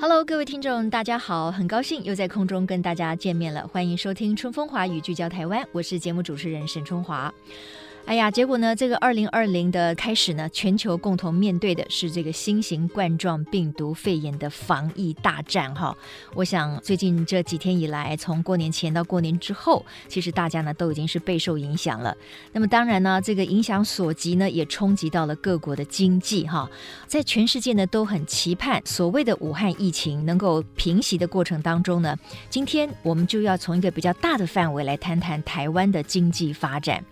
Hello，各位听众，大家好，很高兴又在空中跟大家见面了，欢迎收听《春风华语》，聚焦台湾，我是节目主持人沈春华。哎呀，结果呢，这个二零二零的开始呢，全球共同面对的是这个新型冠状病毒肺炎的防疫大战哈。我想最近这几天以来，从过年前到过年之后，其实大家呢都已经是备受影响了。那么当然呢，这个影响所及呢，也冲击到了各国的经济哈。在全世界呢都很期盼所谓的武汉疫情能够平息的过程当中呢，今天我们就要从一个比较大的范围来谈谈台湾的经济发展。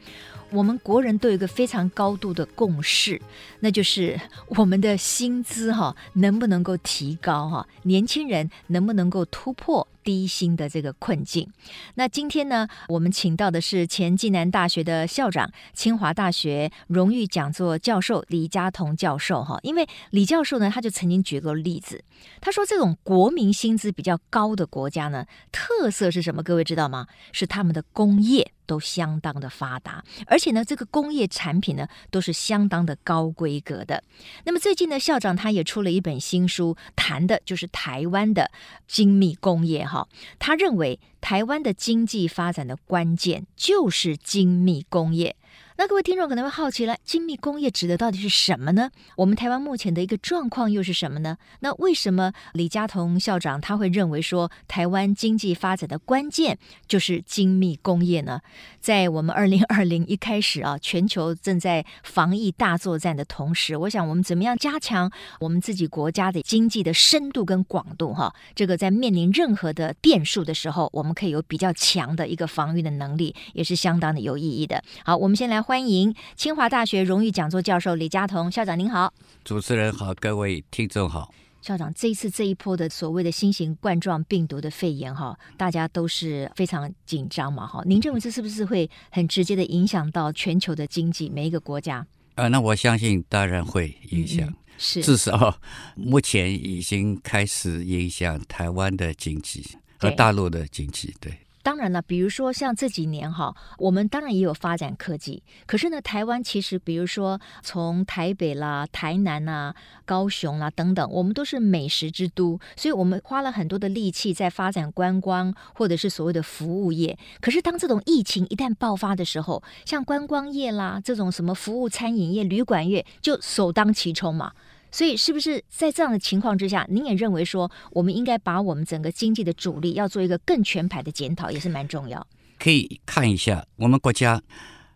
我们国人都有一个非常高度的共识，那就是我们的薪资哈、能不能够提高哈、年轻人能不能够突破低薪的这个困境。那今天呢，我们请到的是前暨南大学的校长、清华大学荣誉讲座教授李嘉彤教授哈，因为李教授呢，他就曾经举过例子，他说这种国民薪资比较高的国家呢，特色是什么？各位知道吗？是他们的工业都相当的发达，而且呢，这个工业产品呢都是相当的高规格的。那么最近呢，校长他也出了一本新书，谈的就是台湾的精密工业哈。他认为台湾的经济发展的关键就是精密工业。那各位听众可能会好奇了，精密工业指的到底是什么呢？我们台湾目前的一个状况又是什么呢？那为什么李嘉彤校长他会认为说台湾经济发展的关键就是精密工业呢？在我们二零二零一开始啊，全球正在防疫大作战的同时，我想我们怎么样加强我们自己国家的经济的深度跟广度哈、这个在面临任何的变数的时候，我们可以有比较强的一个防御的能力，也是相当的有意义的。好，我们先来欢迎清华大学荣誉讲座教授李嘉彤校长，您好。主持人好，各位听众好。校长，这一次这一波的所谓的新型冠状病毒的肺炎哈，大家都是非常紧张嘛哈。您认为这是不是会很直接的影响到全球的经济？每一个国家呃，那我相信当然会影响，嗯是至少目前已经开始影响台湾的经济和对大陆的经济。对，当然了，比如说像这几年哈，我们当然也有发展科技，可是呢，台湾其实比如说从台北啦、台南啦、高雄啦等等，我们都是美食之都，所以我们花了很多的力气在发展观光或者是所谓的服务业。可是当这种疫情一旦爆发的时候，像观光业啦这种什么服务餐饮业、旅馆业就首当其冲嘛。所以，是不是在这样的情况之下，您也认为说，我们应该把我们整个经济的主力要做一个更全盘的检讨，也是蛮重要。可以看一下我们国家，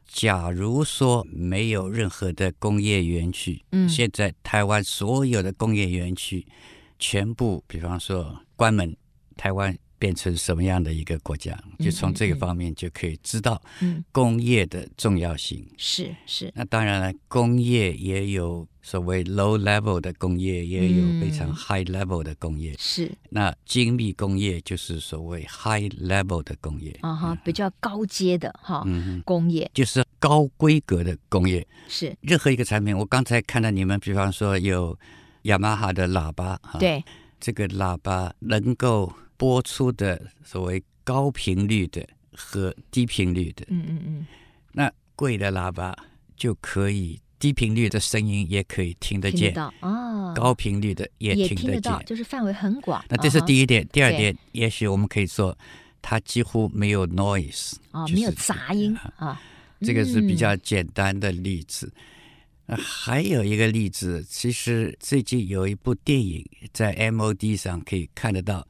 假如说没有任何的工业园区，嗯现在台湾所有的工业园区全部，比方说关门，台湾变成什么样的一个国家？就从这个嗯嗯方面就可以知道嗯，工业的重要性。是是，那当然了，工业也有所谓 low level 的工业，也有非常嗯 high level 的工业。是那精密工业就是所谓 high level 的工业，啊哈，比较高阶的哈、嗯嗯哼，工业就是高规格的工业。是，任何一个产品，我刚才看到你们，比方说有雅马哈的喇叭，啊，对，这个喇叭能够播出的所谓高频率的和低频率的，嗯嗯嗯，那贵的喇叭就可以低频率的声音也可以听得听得见。到啊，高频率的也也听得得到，见。就是嗯范围很广。啊那这是一第一点，第二对点，也许我们可以说，它几乎没有 noise，啊，就是没有杂音啊，这个是比较嗯简单的例子。那还有一个例子，其实最近有一部电影在 MOD 上可以看得到，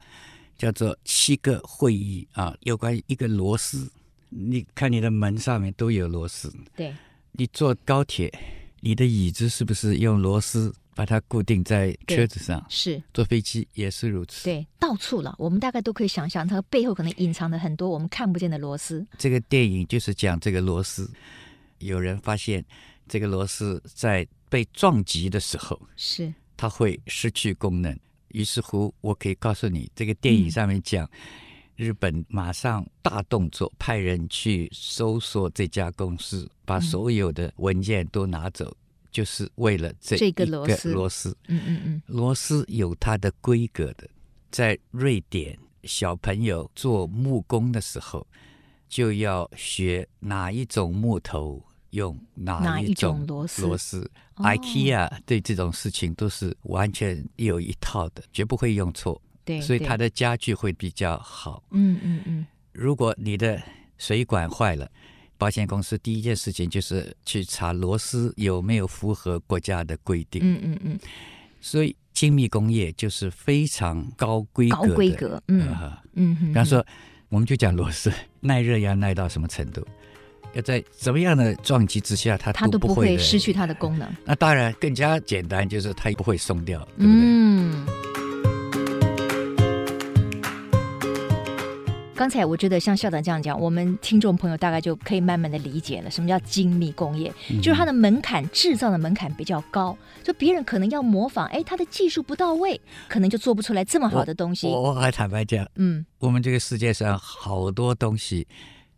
叫做《七个会议》啊，有关于一个螺丝。你看你的门上面都有螺丝，对，你坐高铁，你的椅子是不是用螺丝把它固定在对车子上？是。坐飞机也是如此。对，到处了，我们大概都可以想象，它背后可能隐藏着很多我们看不见的螺丝。这个电影就是讲这个螺丝，有人发现这个螺丝在被撞击的时候，是，它会失去功能。于是乎，我可以告诉你，这个电影上面讲，日本马上大动作，派人去搜索这家公司，把所有的文件都拿走，就是为了这这一个个螺螺丝丝。嗯嗯嗯，螺丝有它的规格的，在瑞典，小朋友做木工的时候，就要学哪一种木头用哪哪一种种螺丝螺丝哦 IKEA 对这种事情都是完全有一套的，绝不会用错，对，所以对它的家具会比较好。嗯嗯嗯，如果你的水管坏了，保险公司第一件事情就是去查螺丝有没有符合国家的规定。嗯嗯嗯，所以精密工业就是非常高规高格的，规格，嗯呃嗯嗯，比比方说，我们就讲螺丝耐热要耐到什么程度，要在怎么样的撞击之下，它它都都不不会会的失去它的功能，那当然更加简单，就是它不会松掉，对不对？嗯。刚才我觉得像校长这样讲，我们听众朋友大概就可以慢慢的理解了，什么叫精密工业，嗯就是它的门槛制造的门槛比较高，就别人可能要模仿，哎，他的技术不到位，可能就做不出来这么好的东西。我我还坦白讲，嗯，我们这个世界上好多东西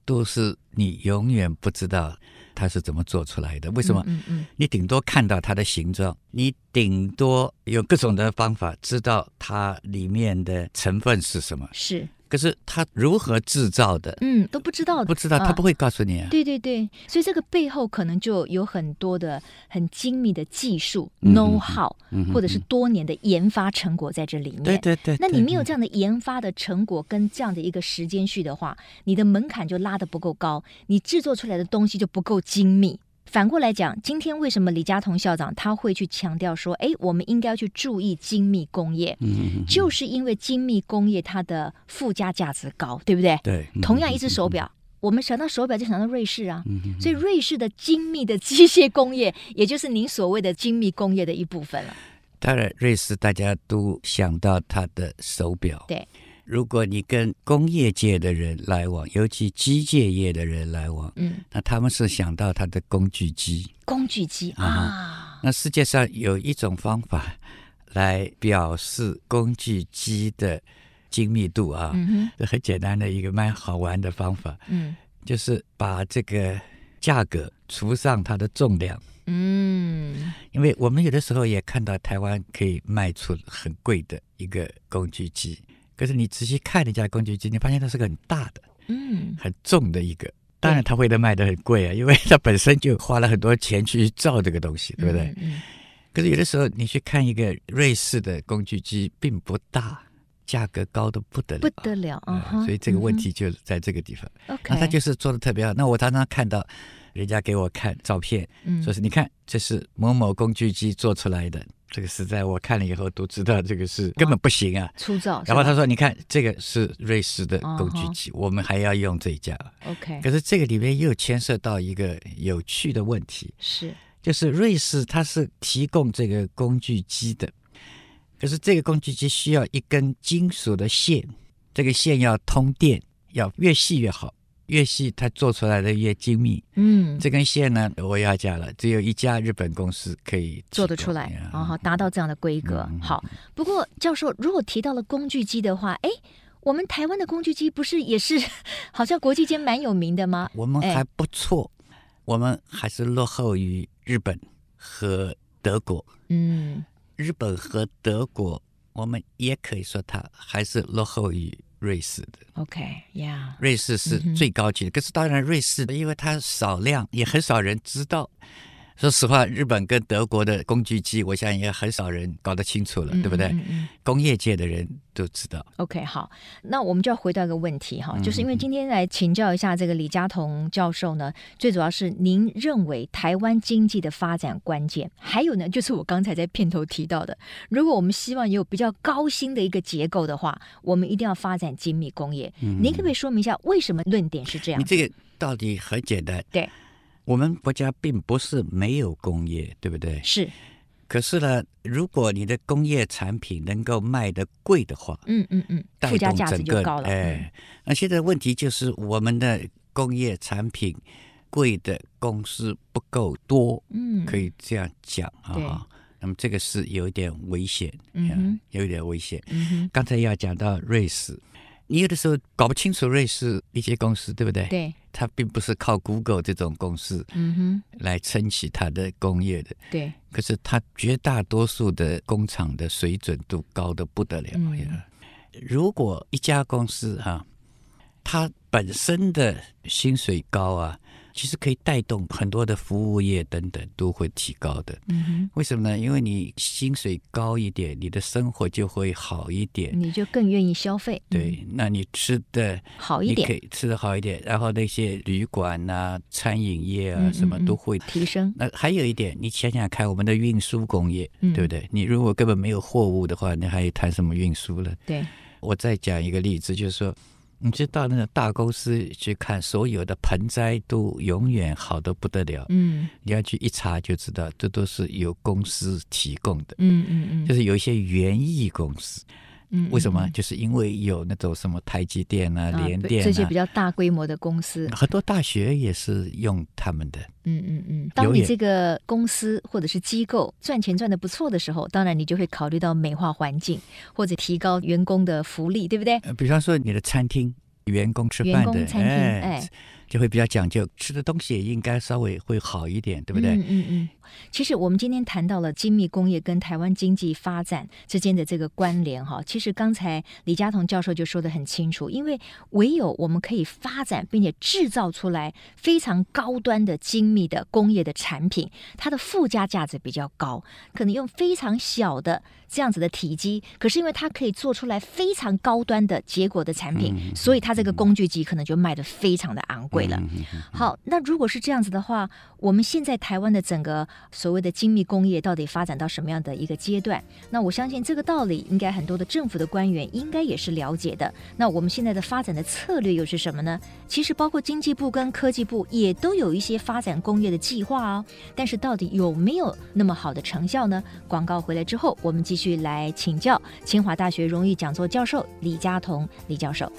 都是你永远不知道它是怎么做出来的，为什么？嗯嗯你顶多看到它的形状，你顶多有各种的方法知道它里面的成分是什么。是，可是它如何制造的，嗯，都不知道的，不知道，啊它不会告诉你啊。对对对，所以这个背后可能就有很多的很精密的技术、嗯 know how，、嗯哼或者是多年的研发成果在这里面。对对对，嗯那你没有对这样的研发的成果跟这样的一个时间序的话，你的门槛就拉得不够高，你制作出来的东西就不够精密。反过来讲，今天为什么李嘉彤校长他会去强调说，哎，我们应该要去注意精密工业，嗯嗯嗯就是因为精密工业它的附加价值高，对不对？对，嗯同样一只手，表，我们想到手表就想到瑞士啊，嗯嗯嗯所以瑞士的精密的机械工业，也就是您所谓的精密工业的一部分了。当然瑞士大家都想到它的手表。对，如果你跟工业界的人来往，尤其机械业的人来往，嗯，那他们是想到它的工具机。工具机啊啊，那世界上有一种方法来表示工具机的精密度啊，嗯这很简单的一个蛮好玩的方法，哼，嗯就是把这个价格除上它的重量。嗯，因为我们有的时候也看到台湾可以卖出很贵的一个工具机，可是你仔细看人家工具机，你发现它是个很大的、嗯，很重的一个。当然，它会的卖的很贵啊，因为它本身就花了很多钱去造这个东西，对不对？嗯？嗯可是有的时候你去看一个瑞士的工具机，并不大，价格高的不得了，不得了啊嗯哈！所以这个问题就在这个地方。嗯哼，OK，那他就是做的特别好。那我常常看到人家给我看照片，嗯说是你看这是某某工具机做出来的，这个实在我看了以后都知道这个是根本不行啊。粗糙，然后他说说：“你看，这个是瑞士的工具机，我们还要用这一家。哦 OK 可是这个里面又牵涉到一个有趣的问题，是就是瑞士它是提供这个工具机的，可是这个工具机需要一根金属的线，这个线要通电，要越细越好，越细它做出来的越精密。嗯，这根线呢，我要讲了，只有一家日本公司可以做得提供出来呀，然后达到这样的规格嗯嗯嗯。嗯好，不过教授，如果提到了工具机的话，哎，我们台湾的工具机不是也是 好像国际间蛮有名的吗？我们哎还不错，我们还是落后于日本和德国。嗯，日本和德国，我们也可以说它还是落后于瑞士的。 OK，呀、瑞士是嗯最高级的，可是当然瑞士因为它少量，也很少人知道。说实话，日本跟德国的工具机，我想也很少人搞得清楚了，嗯对不对？嗯嗯嗯工业界的人都知道。 o k 好，那我们就要回到一个问题嗯哈，就是因为今天来请教一下这个李嘉彤教授呢，最主要是您认为台湾经济的发展关键，还有呢，就是我刚才在片头提到的，如果我们希望有比较高薪的一个结构的话，我们一定要发展精密工业。嗯您可不可以说明一下为什么论点是这样你？这个道理很简单，对，我们国家并不是没有工业，对不对？是，可是呢，如果你的工业产品能够卖得贵的话，嗯嗯嗯，带附加动价值整就个高了。嗯，哎，那现在问题就是我们的工业产品贵的公司不够多，嗯，可以这样讲对啊。那么这个是有一点危险，嗯哼啊有一点危险。嗯哼，刚才要讲到瑞士，你有的时候搞不清楚瑞士一些公司，对不对？，对，它并不是靠 Google 这种公司嗯来撑起它的工业的，哼，对，可是它绝大多数的工厂的水准都高的不得了。嗯如果一家公司啊，它本身的薪水高啊，其实可以带动很多的服务业等等都会提高的。嗯为什么呢？因为你薪水高一点，你的生活就会好一点。哼，你就更愿意消费，嗯，对，那你吃的好一你可点，以吃的好一点，然后那些旅馆啊、餐饮业啊嗯什么嗯嗯都会。提升，那还有一点，你想想看，我们的运输工业，嗯对不对？你如果根本没有货物的话，你还谈什么运输了？ 对，我再讲一个例子，就是说，你就到那个大公司去看，所有的盆栽都永远好的不得了。嗯你要去一查就知道，这都是由公司提供的，嗯嗯嗯就是有一些园艺公司。嗯，为什么？嗯就是因为有那种什么台积电啊、啊联不电这些啊比，较大规模的公司，很多大学也是用他们的。嗯嗯嗯。当有你也这个公司或者是机构赚钱赚的不错的时候，当然你就会考虑到美化环境或者提高员工的福利，对不对？呃比方说你的餐厅，员工吃饭员的工，餐厅哎就会比较讲究，吃的东西也应该稍微会好一点，对不对？嗯嗯嗯。其实我们今天谈到了精密工业跟台湾经济发展之间的这个关联哈，其实刚才李嘉彤教授就说得很清楚，因为唯有我们可以发展并且制造出来非常高端的精密的工业的产品，它的附加价值比较高，可能用非常小的这样子的体积，可是因为它可以做出来非常高端的结果的产品，所以它这个工具机可能就卖得非常的昂贵了。好，那如果是这样子的话，我们现在台湾的整个所谓的精密工业到底发展到什么样的一个阶段？那我相信这个道理，应该很多的政府的官员应该也是了解的。那我们现在的发展的策略又是什么呢？其实包括经济部跟科技部也都有一些发展工业的计划哦，但是到底有没有那么好的成效呢？广告回来之后，我们继续来请教清华大学荣誉讲座教授李嘉彤李教授。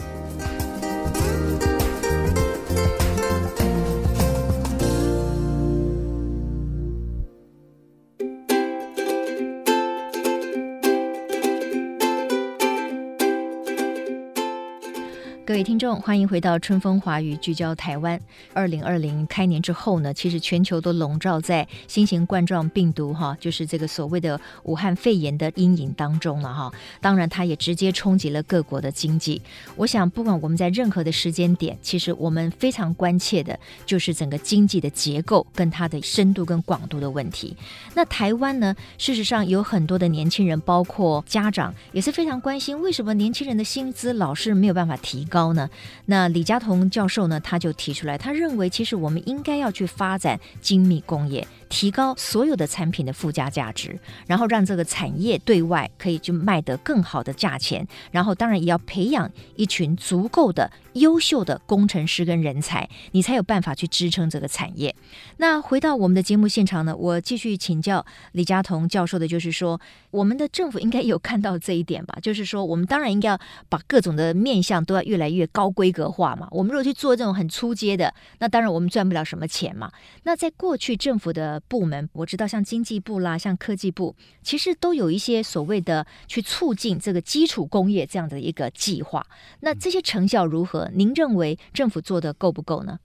各位听众，欢迎回到春风华语，聚焦台湾。二零二零开年之后呢，其实全球都笼罩在新型冠状病毒哈，就是这个所谓的武汉肺炎的阴影当中了哈。当然，它也直接冲击了各国的经济。我想，不管我们在任何的时间点，其实我们非常关切的就是整个经济的结构跟它的深度跟广度的问题。那台湾呢，事实上有很多的年轻人，包括家长，也是非常关心为什么年轻人的薪资老是没有办法提高呢？那李嘉彤教授呢，他就提出来，他认为其实我们应该要去发展精密工业，提高所有的产品的附加价值，然后让这个产业对外可以去卖得更好的价钱，然后当然也要培养一群足够的优秀的工程师跟人才，你才有办法去支撑这个产业。那回到我们的节目现场呢，我继续请教李嘉彤教授的，就是说，我们的政府应该有看到这一点吧？ 就是说，我们当然应该要把各种的面向都要越来越高规格化嘛。我们如果去做这种很出街的，那当然我们赚不了什么钱嘛。那在过去政府的部门，我知道像经济部啦，像科技部，其实都有一些所谓的去促进这个基础工业这样的一个计划。那这些成效如何？您认为政府做的够不够呢？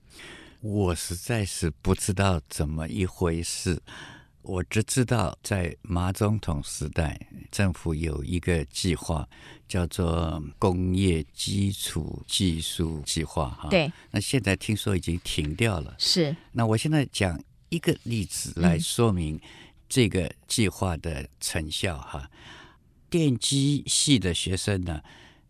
我实在是不知道怎么一回事，我只知道在马总统时代，政府有一个计划叫做工业基础技术计划哈。，对，那现在听说已经停掉了。是，那我现在讲一个例子来说明这个计划的成效哈。电机系的学生呢，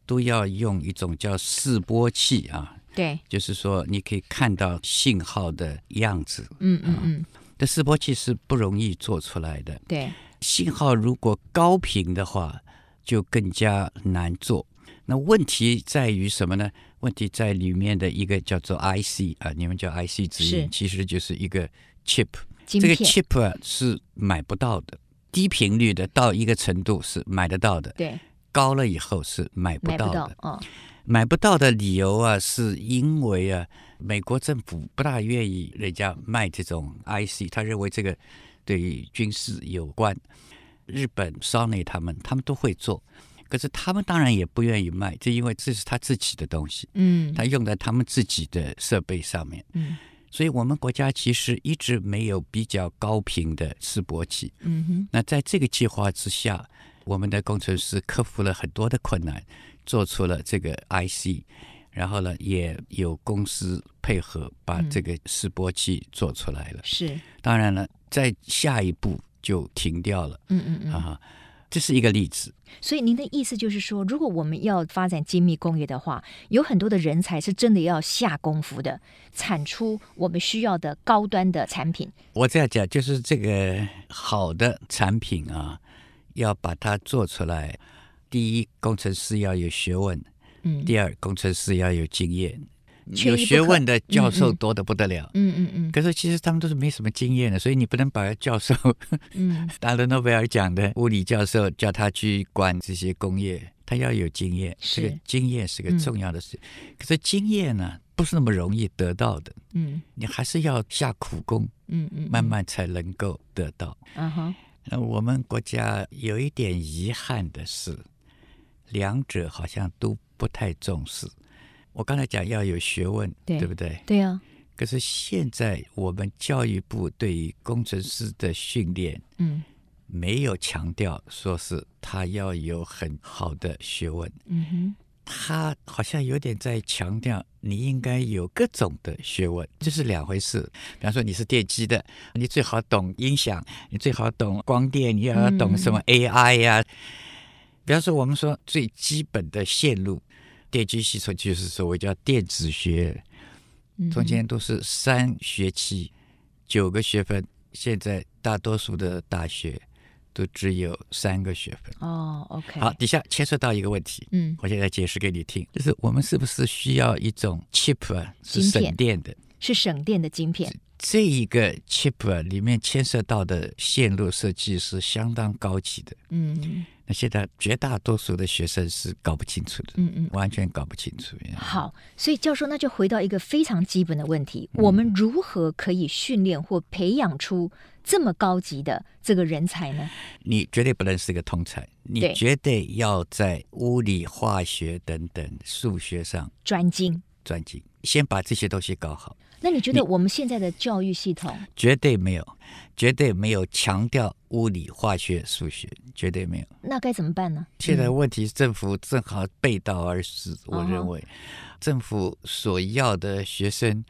都要用一种叫示波器啊，对，就是说你可以看到信号的样子。嗯嗯嗯，这示波器是不容易做出来的，对，信号如果高频的话，就更加难做。那问题在于什么呢？问题在里面的一个叫做 IC 啊，你们叫 IC 指是引，其实就是一个 chip。晶这片，个 chip 啊是买不到的，低频率的到一个程度是买得到的，对，高了以后是买不买到不的。到，哦，买不到的理由啊，是因为啊，美国政府不大愿意人家卖这种 IC，他认为这个对于军事有关。日本、Sony 他们他们都会做，可是他们当然也不愿意卖，这因为这是他自己的东西，嗯他用在他们自己的设备上面。嗯所以我们国家其实一直没有比较高频的示波器。嗯哼那在这个计划之下，我们的工程师克服了很多的困难，做出了这个 IC，然后呢，也有公司配合把嗯这个示波器做出来了。是当然了，在下一步就停掉了嗯嗯嗯。啊，这是一个例子。所以您的意思就是说，如果我们要发展精密工业的话，有很多的人才是真的要下功夫的，产出我们需要的高端的产品。我这样讲，就是这个好的产品啊，要把它做出来，第一，工程师要有学问；嗯第二，工程师要有经验。缺一有不可学问的教授多得不得了，嗯嗯嗯可是其实他们都是没什么经验的，所以你不能把教授 嗯拿了诺贝尔奖的物理教授叫他去管这些工业，他要有经验，是这个经验是个嗯重要的事。可是经验呢，不是那么容易得到的，嗯你还是要下苦功，嗯嗯，慢慢才能够得到。啊哈，那我们国家有一点遗憾的是，两者好像都不太重视。我刚才讲要有学问，对不对？对啊，可是现在我们教育部对于工程师的训练嗯没有强调说是他要有很好的学问，嗯哼，他好像有点在强调你应该有各种的学问，这是两回事。比方说你是电机的，你最好懂音响，你最好懂光电，你也要懂什么 AI 呀、比方说我们说最基本的线路，电机系统就是所谓叫电子学，嗯哼中间都是三学期，九个学分。现在大多数的大学都只有三个学分。哦，OK，好，，底下牵涉到一个问题，嗯我现在解释给你听，就是我们是不是需要一种 chip 啊，是芯片省电的？是省电的晶片，这一个 chip 啊，里面牵涉到的线路设计是相当高级的。嗯那现在绝大多数的学生是搞不清楚的，嗯嗯。完全搞不清楚。好，所以教授，那就回到一个非常基本的问题：嗯我们如何可以训练或培养出这么高级的这个人才呢？你绝对不能是个通才，对你绝对要在物理、化学等等数学上专精。专精，先把这些东西搞好。那你觉得我们现在的教育系统，绝对没有，绝对没有强调物理、化学、数学，绝对没有。那该怎么办呢？现在问题是政府正好背道而驰，我嗯认为，政府所要的学生，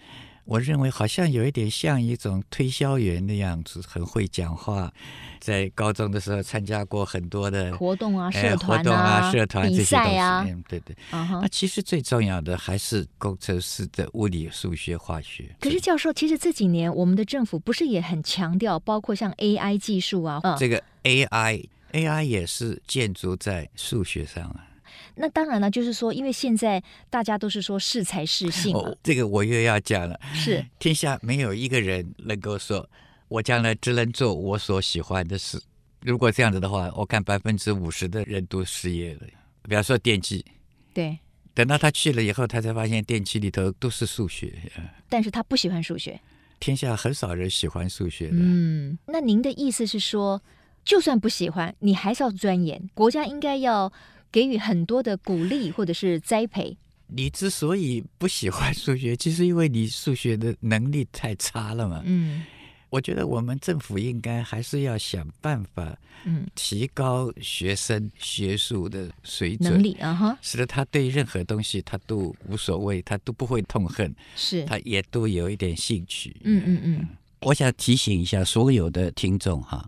我认为好像有一点像一种推销员的样子，很会讲话。在高中的时候参加过很多的活动啊哎社团啊活动啊、社团比这些东赛西。啊嗯，对对。啊哈那。其实最重要的还是工程师的物理、数学、化学。可是教授，其实这几年我们的政府不是也很强调，包括像 AI 技术啊，嗯，这个 AI。AI 也是建筑在数学上啊，那当然了，就是说，因为现在大家都是说适才适性嘛，哦，这个我又要讲了。是天下没有一个人能够说，我将来只能做我所喜欢的事。如果这样子的话，我看百分之五十的人都失业了。比方说电机，对，等到他去了以后，他才发现电机里头都是数学。呃但是他不喜欢数学，天下很少人喜欢数学的。嗯，那您的意思是说，就算不喜欢，你还是要钻研，国家应该要给予很多的鼓励或者是栽培。你之所以不喜欢数学，就是因为你数学的能力太差了嘛。嗯我觉得我们政府应该还是要想办法嗯，提高学生学术的水准。能力啊哈，使得他对任何东西他都无所谓，他都不会痛恨，是，他也都有一点兴趣。嗯嗯嗯，我想提醒一下所有的听众哈，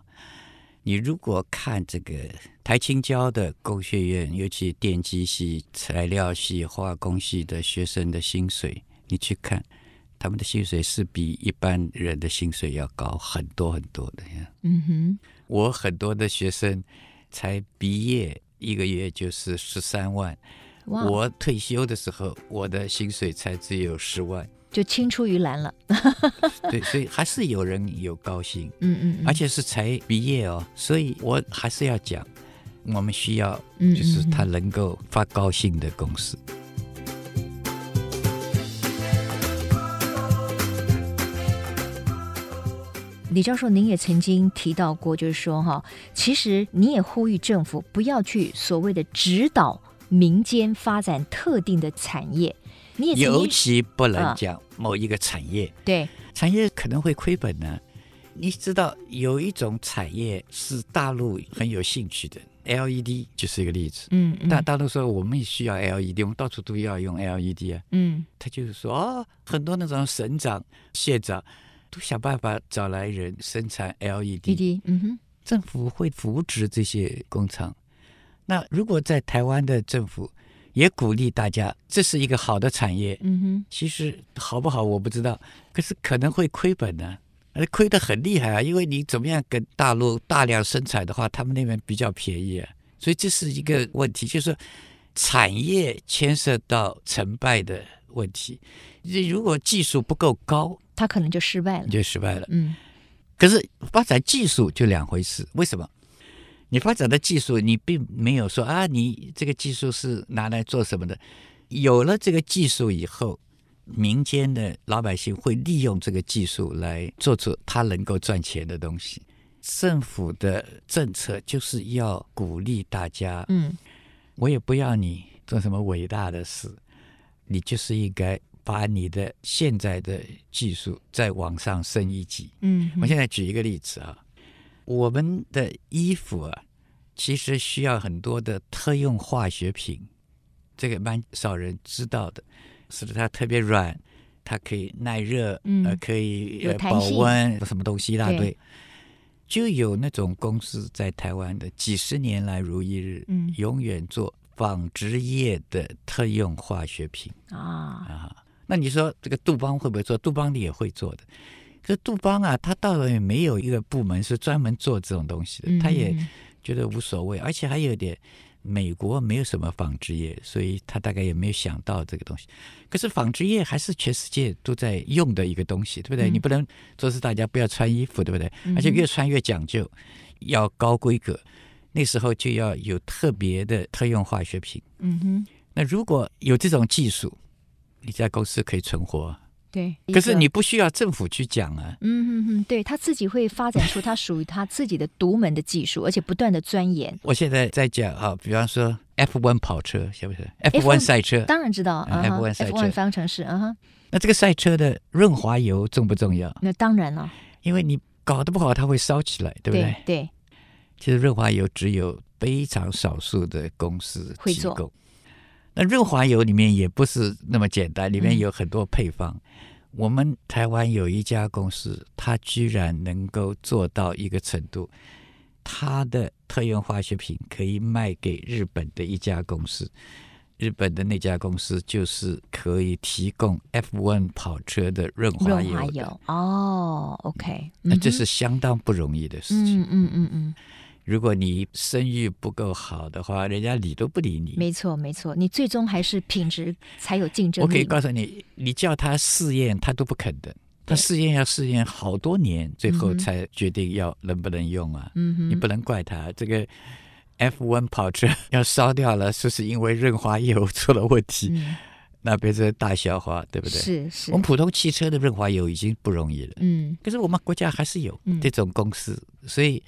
你如果看这个台青交的工学院，尤其电机系、材料系、化工系的学生的薪水，你去看。他们的薪水是比一般人的薪水要高很多很多的呀。嗯哼，我很多的学生才毕业一个月就是十三万，哇，我退休的时候，我的薪水才只有十万，就青出于蓝了。对，所以还是有人有高薪，嗯嗯嗯，而且是才毕业哦，所以我还是要讲，我们需要嗯就是嗯嗯他能够发高薪的公司。李教授，您也曾经提到过，就是说哈，其实你也呼吁政府不要去所谓的指导民间发展特定的产业。你也曾尤经其不能嗯讲某一个产业，对产业可能会亏本呢、你知道有一种产业是大陆很有兴趣的，LED 就是一个例子。嗯嗯大大陆说我们也需要 E LED，我们到处都要用 LED 啊。嗯他就是说哦，很多那种省长、县长都想办法找来人生产 E LED，滴滴嗯哼政府会扶植这些工厂。那如果在台湾的政府也鼓励大家，这是一个好的产业，嗯哼其实好不好我不知道，可是可能会亏本呢、而且亏得很厉害啊！因为你怎么样跟大陆大量生产的话，他们那边比较便宜啊，所以这是一个问题，就是说产业牵涉到成败的问题。你如果技术不够高，他可能就失败了你。就失败了。嗯可是发展技术就两回事，为什么？你发展的技术，你并没有说啊，你这个技术是拿来做什么的。有了这个技术以后，民间的老百姓会利用这个技术来做出他能够赚钱的东西。政府的政策就是要鼓励大家，嗯我也不要你做什么伟大的事，你就是应该把你的现在的技术再往上升一级。嗯哼，我现在举一个例子啊，我们的衣服啊，其实需要很多的特用化学品，这个蛮少人知道的，使得它特别软，它可以耐热，嗯呃，可以有呃弹保性温，什么东西一大对堆。就有那种公司在台湾的几十年来如一日，嗯永远做纺织业的特用化学品。啊啊。那你说这个杜邦会不会做？杜邦你也会做的。可是杜邦啊，他到了没有一个部门是专门做这种东西的，嗯他也嗯觉得无所谓，而且还有点美国没有什么纺织业，所以他大概也没有想到这个东西。可是纺织业还是全世界都在用的一个东西，对不对？嗯你不能说是大家不要穿衣服，对不对？嗯哼而且越穿越讲究，要高规格，那时候就要有特别的特用化学品。嗯哼那如果有这种技术，你在公司可以存活，啊对，可是一个你不需要政府去讲啊。嗯嗯嗯，对他自己会发展出他属于他自己的独门的技术，而且不断的钻研。我现在在讲啊，比方说 F1 跑车，晓不晓得 F1 ？F1 赛车，当然知道嗯啊哈 F1 赛车，F1 方程式啊哈，那这个赛车的润滑油重不重要？那当然了，因为你搞得不好，它会烧起来，对不对？对对，其实润滑油只有非常少数的公司会提做供。那润滑油里面也不是那么简单，里面嗯有很多配方。我们台湾有一家公司，它居然能够做到一个程度，它的特用化学品可以卖给日本的一家公司。日本的那家公司就是可以提供 F1 跑车的润滑润油滑的油哦，OK，那这嗯哼是相当不容易的事情。嗯嗯嗯嗯，如果你声誉不够好的话，人家理都不理你。没错没错，你最终还是品质才有竞争我可以力嘛。告诉你，你叫他试验，他都不肯的。他试验要试验好多年，最后嗯哼才决定要能不能用啊。嗯你哼，不能怪他，这个 F1 跑车要烧掉了，说是因为润滑油出了问题，嗯，那变成大笑话，对不对？是是我，们普通汽车的润滑油已经不容易了，嗯可是我们国家还是有嗯这种公司，所以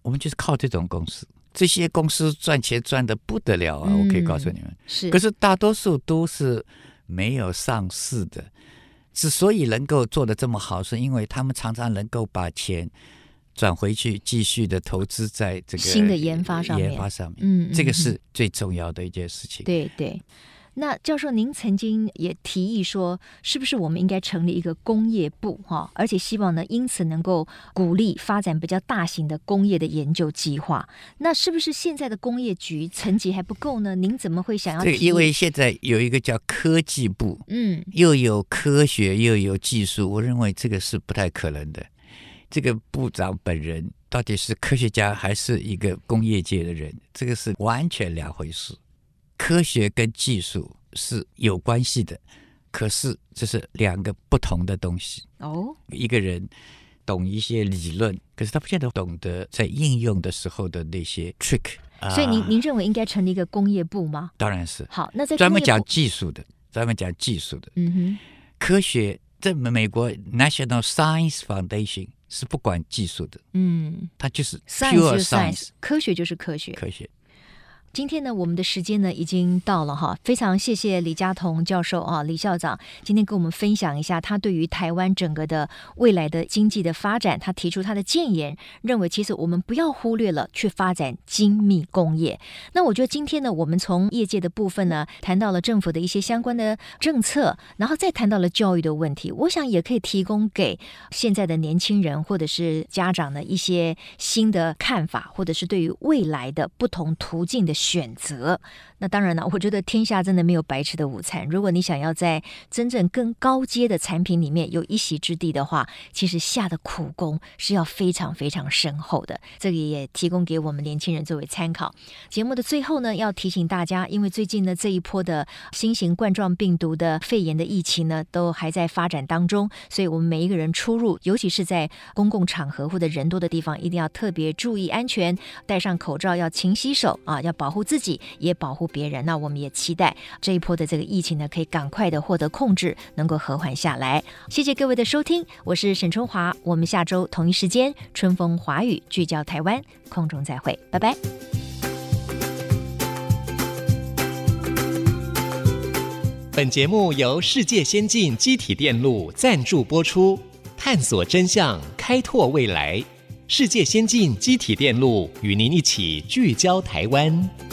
我们就是靠这种公司。这些公司赚钱赚的不得了啊！我可以告诉你们，嗯是，可是大多数都是没有上市的。之所以能够做得这么好，是因为他们常常能够把钱转回去，继续的投资在这个新的研发上面研发上面，嗯，这个嗯是最重要的一件事情。对对。那教授，您曾经也提议说，是不是我们应该成立一个工业部哈？而且希望呢，因此能够鼓励发展比较大型的工业的研究计划。那是不是现在的工业局层级还不够呢？您怎么会想要这提个议？因为现在有一个叫科技部，嗯又有科学又有技术，我认为这个是不太可能的。这个部长本人到底是科学家还是一个工业界的人，这个是完全两回事。科学跟技术是有关系的，可是这是两个不同的东西。哦一个人懂一些理论，可是他不见得懂得在应用的时候的那些 trick、啊。所以您您认为应该成立一个工业部吗？当然是好，那在专门工业讲部技术的，专门讲技术的。嗯哼科学在美国 National Science Foundation 是不管技术的，嗯它就是，science 就 pure 是 science， science 科学就是科学。科学。今天呢，我们的时间呢已经到了哈，非常谢谢李佳彤教授啊，李校长今天跟我们分享一下他对于台湾整个的未来的经济的发展，他提出他的建言，认为其实我们不要忽略了去发展精密工业。那我觉得今天呢，我们从业界的部分呢，谈到了政府的一些相关的政策，然后再谈到了教育的问题，我想也可以提供给现在的年轻人或者是家长呢一些新的看法，或者是对于未来的不同途径的选择。那当然了，我觉得天下真的没有白吃的午餐。如果你想要在真正更高阶的产品里面有一席之地的话，其实下的苦功是要非常非常深厚的。这个也提供给我们年轻人作为参考。节目的最后呢，要提醒大家，因为最近呢这一波的新型冠状病毒的肺炎的疫情呢，都还在发展当中，所以我们每一个人出入，尤其是在公共场合或者人多的地方，一定要特别注意安全，戴上口罩，要勤洗手啊，要保护自己，也保护别人。那我们也期待这一波的这个疫情呢，可以赶快的获得控制，能够和缓下来。谢谢各位的收听，我是沈春华，我们下周同一时间春风华语聚焦台湾，空中再会，拜拜。本节目由世界先进机体电路赞助播出，探索真相，开拓未来。世界先进机体电路与您一起聚焦台湾。